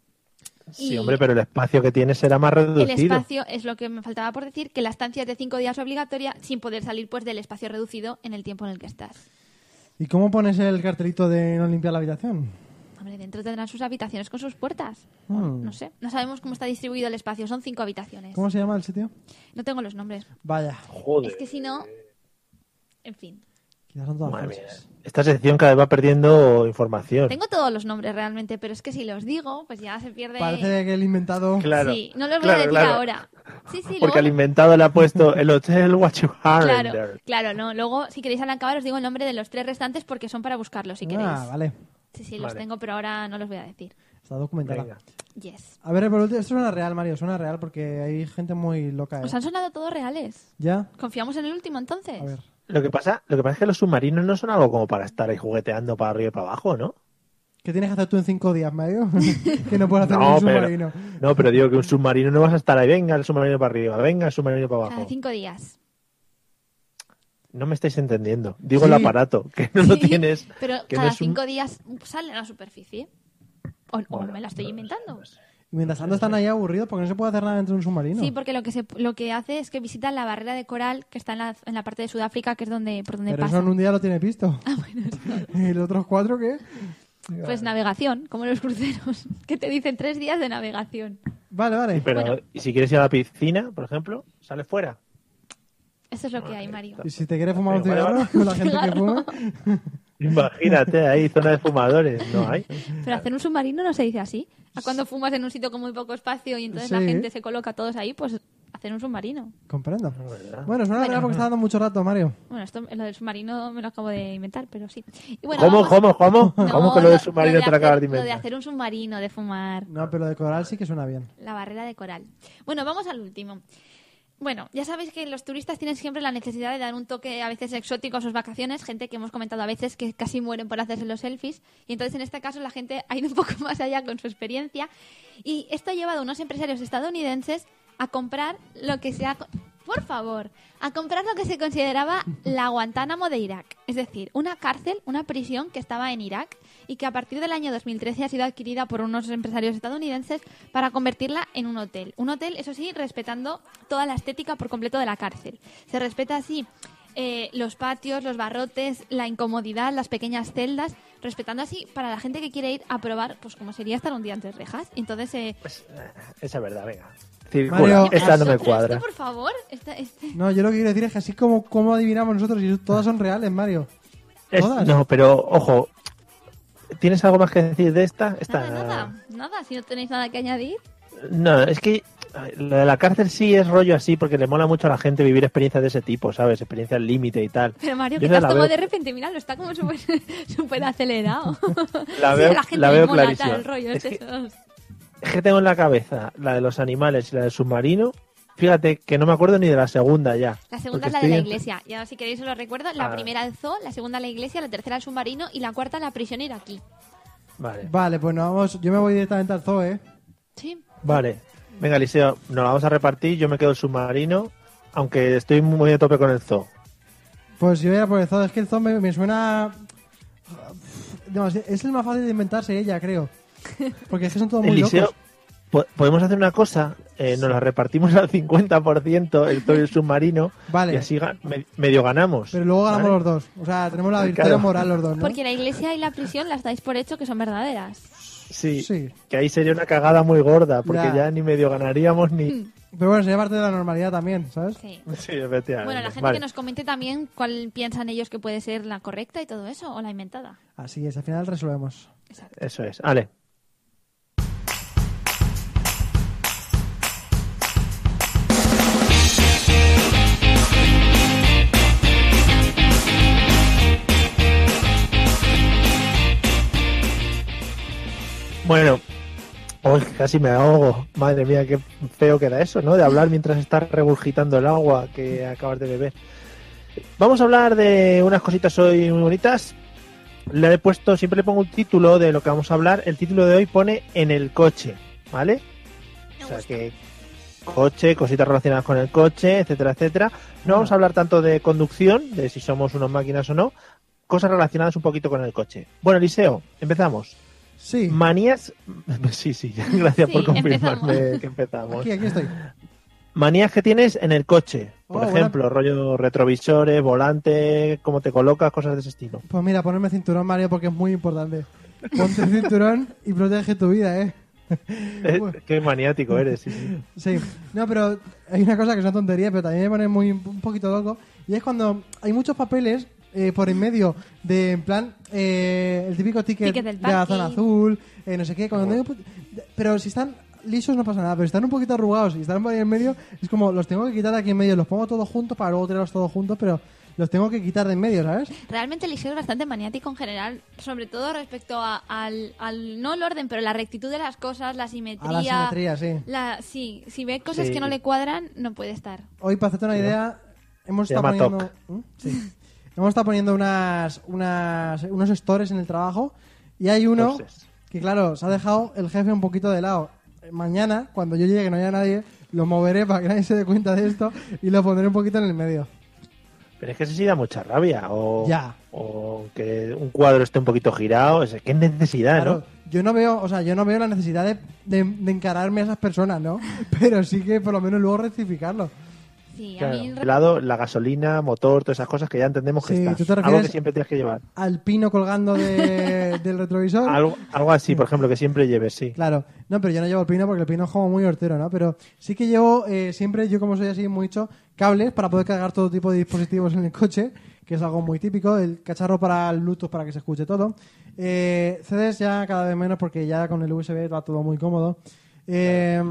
S2: Sí,
S4: Y-
S2: hombre, pero el espacio que tiene será más
S4: el
S2: reducido.
S4: espacio es lo que me faltaba por decir, que la estancia es de cinco días obligatoria sin poder salir pues del espacio reducido en el tiempo en el que estás.
S3: ¿Y cómo pones el cartelito de no limpiar la habitación?
S4: Hombre, dentro tendrán sus habitaciones con sus puertas. O
S3: Hmm.
S4: No sé, no sabemos cómo está distribuido el espacio, son cinco habitaciones.
S3: ¿Cómo se llama el sitio?
S4: No tengo los nombres.
S3: Vaya,
S2: Joder.
S4: Es que si no, en fin.
S3: quizás son todas
S2: Madre mía.
S3: falsas.
S2: Esta sección cada vez va perdiendo información.
S4: Tengo todos los nombres realmente, pero es que si los digo, pues ya se pierde.
S3: Parece que el inventado...
S2: Claro.
S4: sí, no los voy
S2: claro,
S4: a decir
S2: claro.
S4: ahora. Sí, sí,
S2: Porque al
S4: luego...
S2: inventado le ha puesto el hotel Wachuharlander.
S4: Claro, claro, no. Luego, si queréis al acabar, os digo el nombre de los tres restantes porque son para buscarlos, si queréis.
S3: Ah, vale.
S4: Sí, sí, los
S2: Vale.
S4: tengo, pero ahora no los voy a decir.
S3: Está documentada.
S2: Venga.
S4: Yes.
S3: A ver, por último, esto suena real, Mario, suena real porque hay gente muy loca. ¿eh?
S4: Os han sonado todos reales.
S3: ¿Ya?
S4: Confiamos en el último, entonces.
S3: A ver.
S2: Lo que pasa, lo que pasa es que los submarinos no son algo como para estar ahí jugueteando para arriba y para abajo, ¿no?
S3: ¿Qué tienes que hacer tú en cinco días, Mario? que no puedes hacer en
S2: No,
S3: un
S2: pero,
S3: submarino.
S2: no, pero digo que un submarino no vas a estar ahí, venga el submarino para arriba, venga el submarino para
S4: Cada
S2: abajo.
S4: cinco días.
S2: No me estáis entendiendo. Digo el
S3: Sí.
S2: aparato, que no lo tienes.
S4: Pero
S2: que
S4: cada
S2: no es un-
S4: cinco días sale a la superficie. O, o
S2: Bueno,
S4: me la estoy inventando.
S3: Y mientras tanto están ahí aburridos porque no se puede hacer nada dentro de un submarino.
S4: Sí, porque lo que se, lo que hace es que visitan la barrera de coral que está en la, en la parte de Sudáfrica, que es donde por donde
S3: pero
S4: pasa. Ah,
S3: eso en un día lo tienes visto. ¿Y los otros cuatro qué?
S4: Pues navegación, como los cruceros, que te dicen tres días de navegación.
S3: Vale, vale.
S2: Pero ¿y si quieres ir a la piscina, por ejemplo, sale fuera.
S4: Eso es lo que hay, Mario.
S3: Y si te quieres fumar un
S2: Pero vale,
S3: cigarro, con la gente que
S4: Claro.
S3: fuma,
S2: Imagínate ahí, zona de fumadores, no hay.
S4: Pero hacer un submarino no se dice así. A cuando fumas en un sitio con muy poco espacio y entonces la
S3: Sí.
S4: gente se coloca todos ahí, pues hacer un submarino.
S3: comprendo.
S2: Ah, ¿Verdad?
S3: Bueno, suena real porque está dando mucho rato, Mario.
S4: Bueno, esto lo del submarino me lo acabo de inventar, pero sí. Y bueno,
S2: ¿Cómo,
S4: vamos-
S2: cómo, cómo?
S4: No,
S2: ¿Cómo que lo de
S4: lo
S2: submarino te lo
S4: hacer-
S2: acabas de
S4: Lo de
S2: inventar?
S4: hacer un submarino, de fumar.
S3: No, pero de coral sí que suena bien.
S4: La barrera de coral. Bueno, vamos al último. Bueno, ya sabéis que los turistas tienen siempre la necesidad de dar un toque a veces exótico a sus vacaciones, gente que hemos comentado a veces que casi mueren por hacerse los selfies, y entonces en este caso la gente ha ido un poco más allá con su experiencia, y esto ha llevado a unos empresarios estadounidenses a comprar lo que se ha... Por favor, a comprar lo que se consideraba la Guantánamo de Irak, es decir, una cárcel, una prisión que estaba en Irak y que a partir del año 2013 ha sido adquirida por unos empresarios estadounidenses para convertirla en un hotel. Un hotel, eso sí, respetando toda la estética por completo de la cárcel. Se respeta así eh, los patios, los barrotes, la incomodidad, las pequeñas celdas, respetando así para la gente que quiere ir a probar, pues como sería estar un día entre rejas. Entonces, eh,
S2: Pues, Esa es verdad, venga. Circula,
S3: Mario.
S2: esta no me
S4: Pero esto,
S2: cuadra.
S4: por favor, esta- este-
S3: No, yo lo que quiero decir es que así como, como adivinamos nosotros y todas son reales, Mario.
S2: Es-
S3: Todas.
S2: no, pero ojo, ¿tienes algo más que decir de esta? esta
S4: nada, nada, nada, si no tenéis nada que añadir.
S2: No, es que ay, lo de la cárcel sí es rollo así porque le mola mucho a la gente vivir experiencias de ese tipo, ¿sabes? Experiencias al límite y tal.
S4: Pero Mario,
S2: Yo
S4: que
S2: esa
S4: te has
S2: la
S4: tomado
S2: veo-
S4: de repente, mira, lo está como súper súper acelerado.
S2: La
S4: Sí,
S2: veo-
S4: a la gente
S2: la
S4: le
S2: veo
S4: mola tal,
S2: clarísima.
S4: el rollo
S2: Es
S4: este,
S2: que- Es que tengo en la cabeza la de los animales y la del submarino Fíjate que no me acuerdo ni de la segunda ya.
S4: La
S2: porque
S4: segunda es la de la
S2: estoy en-
S4: iglesia. Y ahora, si queréis, os lo recuerdo. La
S2: Ah.
S4: primera el zoo, la segunda la iglesia, la tercera el submarino y la cuarta la prisión iraquí.
S2: Vale,
S3: Vale, pues nos vamos. Yo me voy directamente al zoo, ¿eh?
S4: Sí.
S2: vale. Venga, Eliseo, nos la vamos a repartir. Yo me quedo el submarino, aunque estoy muy a tope con el zoo.
S3: Pues yo era por el zoo. Es que el zoo me, me suena. No, es- es el más fácil de inventarse ella, creo. Porque es que son todos muy
S2: Eliseo,
S3: locos.
S2: po- podemos hacer una cosa. Eh, nos la repartimos al 50% el zoo y el submarino.
S3: Vale.
S2: Y así ga- me- medio ganamos.
S3: Pero luego ganamos
S2: ¿vale?
S3: los dos. O sea, tenemos la victoria
S2: Claro.
S3: moral los dos, ¿no?
S4: Porque la iglesia y la prisión las dais por hecho que son verdaderas.
S2: Sí,
S3: Sí.
S2: Que ahí sería una cagada muy gorda, porque
S3: Ya.
S2: ya, ni medio ganaríamos
S4: Mm.
S2: ni.
S3: Pero bueno, sería parte de la normalidad también, ¿sabes?
S4: Sí.
S2: Sí, efectivamente.
S4: Bueno, la gente
S2: Vale.
S4: que nos comente también cuál piensan ellos que puede ser la correcta y todo eso, o la inventada.
S3: Así es, al final resolvemos.
S4: Exacto.
S2: Eso es. Ale. Bueno, hoy casi me ahogo. Madre mía, qué feo queda eso, ¿no? De hablar mientras estás regurgitando el agua que acabas de beber. Vamos a hablar de unas cositas hoy muy bonitas, le he puesto, siempre le pongo un título de lo que vamos a hablar. El título de hoy pone en el coche, ¿vale? O sea que coche, cositas relacionadas con el coche, etcétera, etcétera. No vamos a hablar tanto de conducción, de si somos unas máquinas o no, cosas relacionadas un poquito con el coche. Bueno, Eliseo, empezamos.
S3: Sí,
S2: Manías. Sí, sí, gracias
S4: Sí,
S2: por confirmarme
S4: empezamos.
S2: que empezamos.
S3: aquí, aquí estoy.
S2: Manías que tienes en el coche, por
S3: Oh, buena-
S2: ejemplo, rollo retrovisores, volante, cómo te colocas, cosas de ese estilo.
S3: Pues mira, ponerme cinturón, Mario, porque es muy importante. Ponte el cinturón y protege tu vida, ¿eh?
S2: Eh, Qué maniático eres. sí, sí.
S3: Sí, no, pero hay una cosa que es una tontería, pero también me pone muy un poquito loco, y es cuando hay muchos papeles eh, por en medio de, en plan, eh, el típico ticket,
S4: Ticket
S3: de
S4: del
S3: la
S4: parking.
S3: zona azul, eh, no sé qué, cuando tengo pu- pero si están lisos no pasa nada, pero si están un poquito arrugados y están por ahí en medio, es como los tengo que quitar de aquí en medio, los pongo todos juntos para luego tirarlos todos juntos, pero los tengo que quitar de en medio, ¿sabes?
S4: Realmente Eliseo es bastante maniático en general, sobre todo respecto a- al, al- no el orden, pero la rectitud de las cosas, la simetría.
S3: A la simetría, sí.
S4: la- sí, si ve cosas
S2: Sí.
S4: que no le cuadran, no puede estar.
S3: Hoy, para hacerte una idea, hemos
S2: Se
S3: estado
S2: llama
S3: poniendo. ¿Mm? Sí. hemos estado poniendo unas, unas, unos stores en el trabajo y hay uno
S2: Stores.
S3: que, claro, se ha dejado el jefe un poquito de lado. Mañana, cuando yo llegue, que no haya nadie, lo moveré para que nadie se dé cuenta de esto y lo pondré un poquito en el medio.
S2: Pero es que eso sí da mucha rabia. O,
S3: Ya.
S2: o que un cuadro esté un poquito girado. O sea, qué necesidad,
S3: Claro,
S2: ¿no?
S3: yo no veo, o sea, yo no veo la necesidad de, de- de encararme a esas personas, ¿no? Pero sí que por lo menos luego rectificarlo.
S4: Sí,
S2: Claro,
S4: a mí.
S2: el lado, la gasolina, motor, todas esas cosas que ya entendemos que
S3: Sí,
S2: está.
S3: tú te
S2: Algo
S3: refieres-
S2: que siempre tienes que llevar.
S3: Al pino colgando de- del retrovisor.
S2: Algo, algo así,
S3: Mm.
S2: por ejemplo, que siempre lleves, sí.
S3: Claro, no, pero yo no llevo el pino porque el pino es como muy hortero, ¿no? Pero sí que llevo eh, siempre, yo como soy así mucho, cables para poder cargar todo tipo de dispositivos en el coche, que es algo muy típico, el cacharro para el Bluetooth para que se escuche todo. Eh, CDs ya cada vez menos porque ya con el USB va todo muy cómodo. Eh,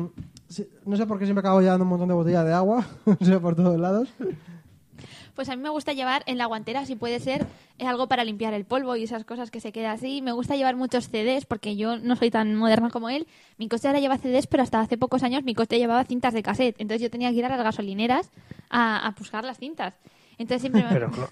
S3: sí, No sé por qué siempre acabo llevando un montón de botellas de agua, o sea, por todos lados.
S4: Pues a mí me gusta llevar en la guantera, si puede ser, es algo para limpiar el polvo y esas cosas que se queda así. Me gusta llevar muchos CDs porque yo no soy tan moderna como él. Mi coche ahora lleva CDs, pero hasta hace pocos años mi coche llevaba cintas de cassette. Entonces yo tenía que ir a las gasolineras a, a buscar las cintas. Entonces siempre me...
S2: Pero no-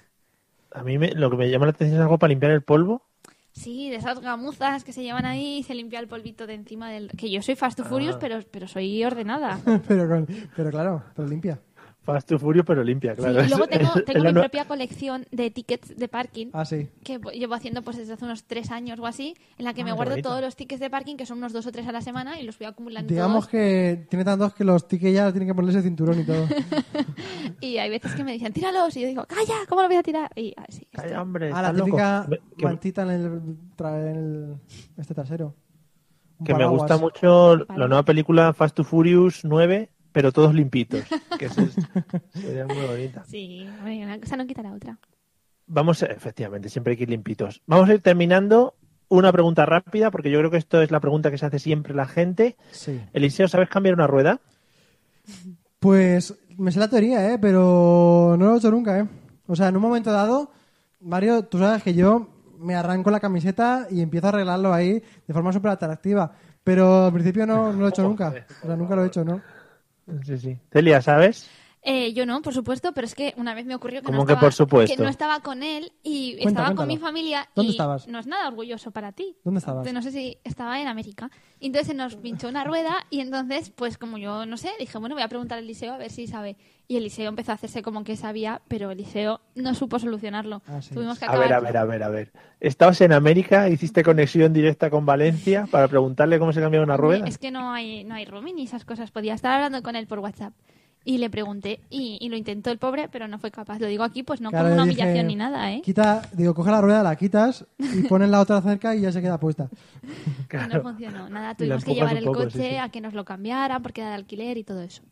S2: a mí me- lo que me llama la atención es algo para limpiar el polvo.
S4: Sí, de esas gamuzas que se llevan ahí y se limpia el polvito de encima del... Que yo soy
S2: Ah.
S4: fast to furious, pero, pero soy ordenada.
S3: pero, con- pero claro, pero limpia.
S2: Fast to Furious, pero limpia,
S4: Sí,
S2: claro.
S4: y luego
S2: Es-
S4: tengo,
S2: es-
S4: tengo
S2: es la
S4: mi
S2: nue-
S4: propia colección de tickets de parking.
S3: Ah, sí.
S4: que po- llevo haciendo pues desde hace unos tres años o así, en la que me
S2: Ah, qué
S4: guardo
S2: bonito.
S4: todos los tickets de parking, que son unos dos o tres a la semana, y los voy acumulando
S3: Digamos
S4: todos.
S3: que tiene tantos que los tickets ya tienen que ponerse cinturón y todo.
S4: Y hay veces que me dicen, tíralos, y yo digo, calla, ¿cómo lo voy a tirar? Y así.
S2: Ay, hombre,
S3: Ah, la
S2: estás loco.
S3: típica
S2: Me- que-
S3: mantita en el, tra- en el- este trasero. Un
S2: que me
S3: paraguas.
S2: gusta mucho la nueva película Fast to Furious 9, pero todos limpitos. Que eso es, sería muy bonita.
S4: Sí, hombre, una cosa no quita la otra.
S2: Vamos, a- efectivamente, siempre hay que ir limpitos. Vamos a ir terminando. Una pregunta rápida, porque yo creo que esto es la pregunta que se hace siempre la gente.
S3: Sí.
S2: Eliseo, ¿sabes cambiar una rueda?
S3: Pues me sé la teoría, ¿eh? Pero no lo he hecho nunca, ¿eh? O sea, en un momento dado, Mario, tú sabes que yo me arranco la camiseta y empiezo a arreglarlo ahí de forma súper atractiva. Pero al principio no, no lo he hecho nunca. O sea, nunca lo he hecho, ¿no?
S2: Sí, sí. Celia, ¿sabes?
S4: Eh, yo no, por supuesto, pero es que una vez me ocurrió que,
S2: ¿Cómo
S4: no,
S2: que
S4: estaba,
S2: por supuesto?
S4: que no estaba con él y
S3: Cuenta,
S4: estaba con
S3: cuéntalo.
S4: mi familia.
S3: ¿Dónde
S4: y
S3: estabas?
S4: No es nada orgulloso para ti.
S3: ¿Dónde estabas?
S4: No sé si estaba en América. Y entonces se nos pinchó una rueda y entonces, pues como yo no sé, dije, bueno, voy a preguntar a Eliseo a ver si sabe. Y Eliseo empezó a hacerse como que sabía, pero Eliseo no supo solucionarlo.
S3: Ah, sí.
S4: Tuvimos que
S2: A ver, a
S4: acabar-
S2: ver, a ver, a ver. ¿Estabas en América? ¿Hiciste conexión directa con Valencia para preguntarle cómo se cambiaba una rueda?
S4: Es que no hay, no hay roaming y esas cosas. Podía estar hablando con él por WhatsApp. Y le pregunté, y, y lo intentó el pobre, pero no fue capaz. Lo digo aquí, pues no
S3: Claro,
S4: como
S3: yo
S4: una
S3: dije,
S4: humillación ni nada, ¿eh?
S3: Quita, digo, coge la rueda, la quitas y pones la otra cerca y ya se queda puesta.
S4: Y
S2: Claro.
S4: No funcionó. Nada,
S2: Y la
S4: tuvimos que
S2: empujas
S4: llevar
S2: un
S4: el
S2: poco, sí,
S4: coche
S2: sí.
S4: a que nos lo cambiara porque era de alquiler y todo eso.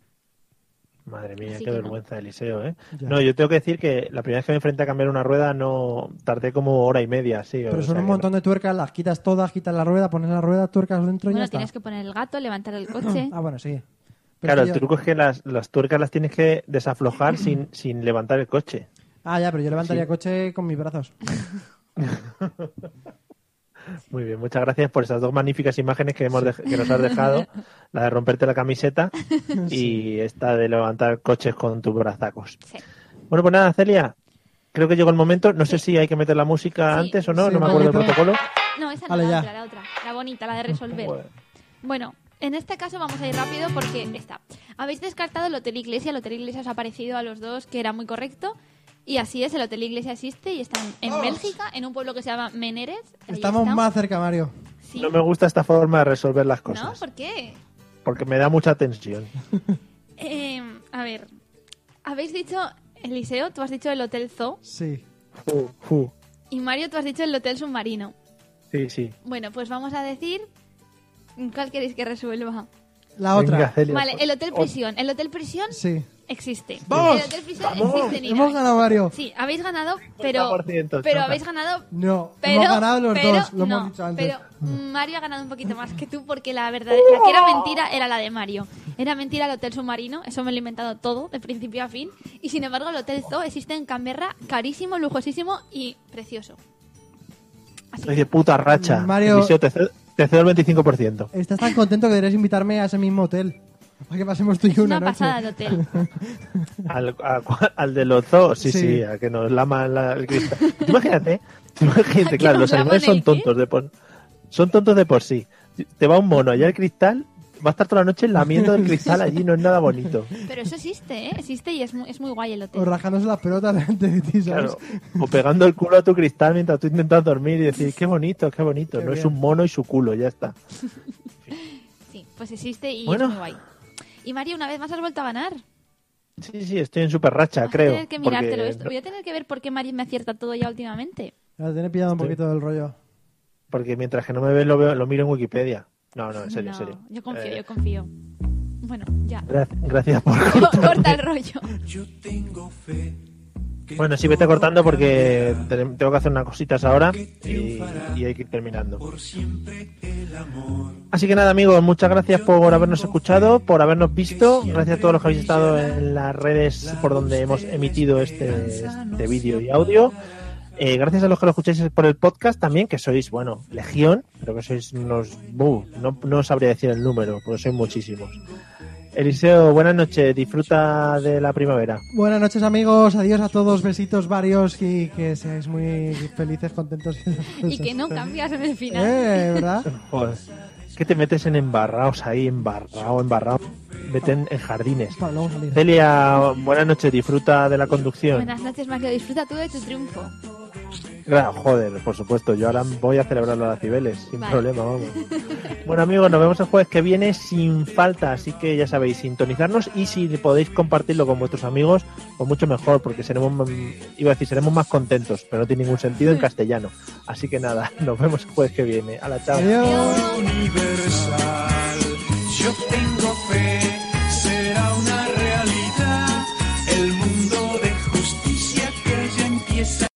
S2: Madre mía, qué
S4: Así que no.
S2: vergüenza, Eliseo, ¿eh?
S3: Ya.
S2: No, yo tengo que decir que la primera vez que me enfrenté a cambiar una rueda no tardé como hora y media, sí. o
S3: Pero
S2: sea
S3: son un
S2: que
S3: montón de tuercas, las quitas todas, quitas la rueda, pones la rueda, tuercas dentro y
S4: Bueno,
S3: ya
S4: tienes
S3: está.
S4: que poner el gato, levantar el coche.
S3: Ah, bueno, sí.
S2: no.
S3: Pero
S2: Claro,
S3: es
S2: el
S3: que yo-
S2: truco es que las, las tuercas las tienes que desaflojar sin, sin levantar el coche.
S3: Ah, ya, pero yo levantaría coche con mis brazos.
S2: Muy bien, muchas gracias por esas dos magníficas imágenes que, hemos dej- que nos has dejado. la de romperte la camiseta y esta de levantar coches con tus brazacos.
S4: Sí.
S2: Bueno, pues nada, Celia. Creo que llegó el momento. No sé si hay que meter la música
S4: Sí.
S2: antes o no.
S3: Sí,
S2: no me
S3: un
S2: acuerdo del
S3: poquito.
S2: protocolo.
S4: No, esa no,
S3: Vale,
S4: la
S3: ya.
S4: otra, la otra. La bonita, la de resolver. Bueno, en este caso vamos a ir rápido porque está. Habéis descartado el Hotel Iglesia. El Hotel Iglesia os ha parecido a los dos que era muy correcto. Y así es, el Hotel Iglesia existe y está en, en Bélgica, en un pueblo que se llama Meneres. Ahí
S3: Estamos
S4: está.
S3: más cerca, Mario.
S4: Sí.
S2: No me gusta esta forma de resolver las
S4: ¿No?
S2: cosas.
S4: ¿Por qué?
S2: Porque me da mucha tensión.
S4: Eh, a ver, habéis dicho, Eliseo, tú has dicho el Hotel Zoo
S3: Sí.
S2: Ju, ju.
S4: y Mario, tú has dicho el Hotel Submarino.
S2: Sí, sí.
S4: Bueno, pues vamos a decir. ¿Cuál queréis que resuelva?
S3: La
S2: Venga,
S3: otra.
S2: Celia.
S4: Vale, el Hotel Prisión. El Hotel Prisión
S3: Sí.
S4: existe.
S3: ¡Vamos!
S4: El Hotel Prisión
S2: ¡Vamos!
S4: existe en
S3: Hemos
S4: Irán.
S3: ganado, Mario.
S4: Sí, habéis ganado, pero.
S2: 50%,
S4: Pero
S2: chota.
S4: habéis ganado.
S3: No,
S4: Pero,
S3: hemos ganado los
S4: pero
S3: dos, lo
S4: no,
S3: hemos dicho antes. Mm.
S4: Pero Mario ha ganado un poquito más que tú porque la verdad, la que era
S3: ¡Oh!
S4: mentira era la de Mario. Era mentira el Hotel Submarino, eso me lo he inventado todo, de principio a fin. Y sin embargo, el Hotel Zoo existe en Canberra, carísimo, lujosísimo y precioso. Así
S2: Soy de puta racha.
S3: Mario-
S2: Eliseo, te cedo, te cedo el 25%.
S3: Estás tan contento que deberías invitarme a ese mismo hotel. Para que pasemos tú y
S4: es
S3: una,
S4: una
S3: noche.
S4: pasada el hotel.
S2: Al, a cua- al de los zoos, sí,
S3: Sí.
S2: sí, a que nos lama la- el cristal. Tú Imagínate, tú
S4: ¿A que
S2: imagínate, claro, los
S4: nos laman
S2: animales son
S4: el
S2: tontos de por, son tontos de por sí. Te va un mono allá al cristal, va a estar toda la noche lamiendo el cristal allí, no es nada bonito.
S4: Pero eso existe, ¿eh? Existe y es muy, es muy guay el
S3: O
S4: hotel.
S3: rajándose las pelotas delante de ti, ¿sabes?
S2: Claro, o pegando el culo a tu cristal mientras tú intentas dormir y decir, qué bonito, qué bonito,
S3: Qué
S2: no es
S3: bien.
S2: un mono y su culo, ya está.
S4: Sí, pues existe y
S2: Bueno.
S4: es muy guay. Y Mario, una vez más has vuelto a ganar.
S2: Sí, sí, estoy en super racha,
S4: Vas
S2: creo.
S4: a tener que mirártelo
S2: porque,
S4: esto. Voy a tener que ver por qué Mario me acierta todo ya últimamente.
S3: Ahora tiene pillado un
S2: Sí.
S3: poquito del rollo.
S2: porque mientras que no me ves, lo, veo, lo miro en Wikipedia. No, no, en serio,
S4: No,
S2: en serio.
S4: Yo confío,
S2: Eh,
S4: yo confío. Bueno, ya.
S2: gra- Gracias por
S4: Corta el rollo.
S2: Bueno, sí, vete cortando porque tenem- tengo que hacer unas cositas ahora y, y hay que ir terminando. Así que nada, amigos, muchas gracias por habernos escuchado, por habernos visto. Gracias a todos los que habéis estado en las redes por donde hemos emitido este, este vídeo y audio. Eh, gracias a los que lo escucháis por el podcast también, que sois, bueno, legión, creo que sois unos... buh, no, no sabría decir el número, porque sois muchísimos. Eliseo, buenas noches, disfruta de la primavera.
S3: Buenas noches, amigos. Adiós a todos. Besitos varios y que seáis muy felices, contentos.
S4: Y que no cambias en el final.
S3: Eh, ¿verdad?
S2: Joder. ¿Qué te metes en embarraos ahí, embarrao, embarrao? Vete en, en jardines.
S3: Para Pues luego salir.
S2: Celia, buenas noches, disfruta de la conducción.
S4: Buenas noches, Mario. Disfruta tú de tu triunfo.
S2: Claro, joder, por supuesto, yo ahora voy a celebrarlo a las Cibeles, sin
S4: Vale.
S2: problema, vamos. Bueno, amigos, nos vemos el jueves que viene sin falta, así que ya sabéis, sintonizarnos y si podéis compartirlo con vuestros amigos, pues mucho mejor, porque seremos, mm, iba a decir, seremos más contentos, pero no tiene ningún sentido en castellano. Así que nada, nos vemos el jueves que viene. A la chao.
S3: Adiós.
S6: universal. Yo tengo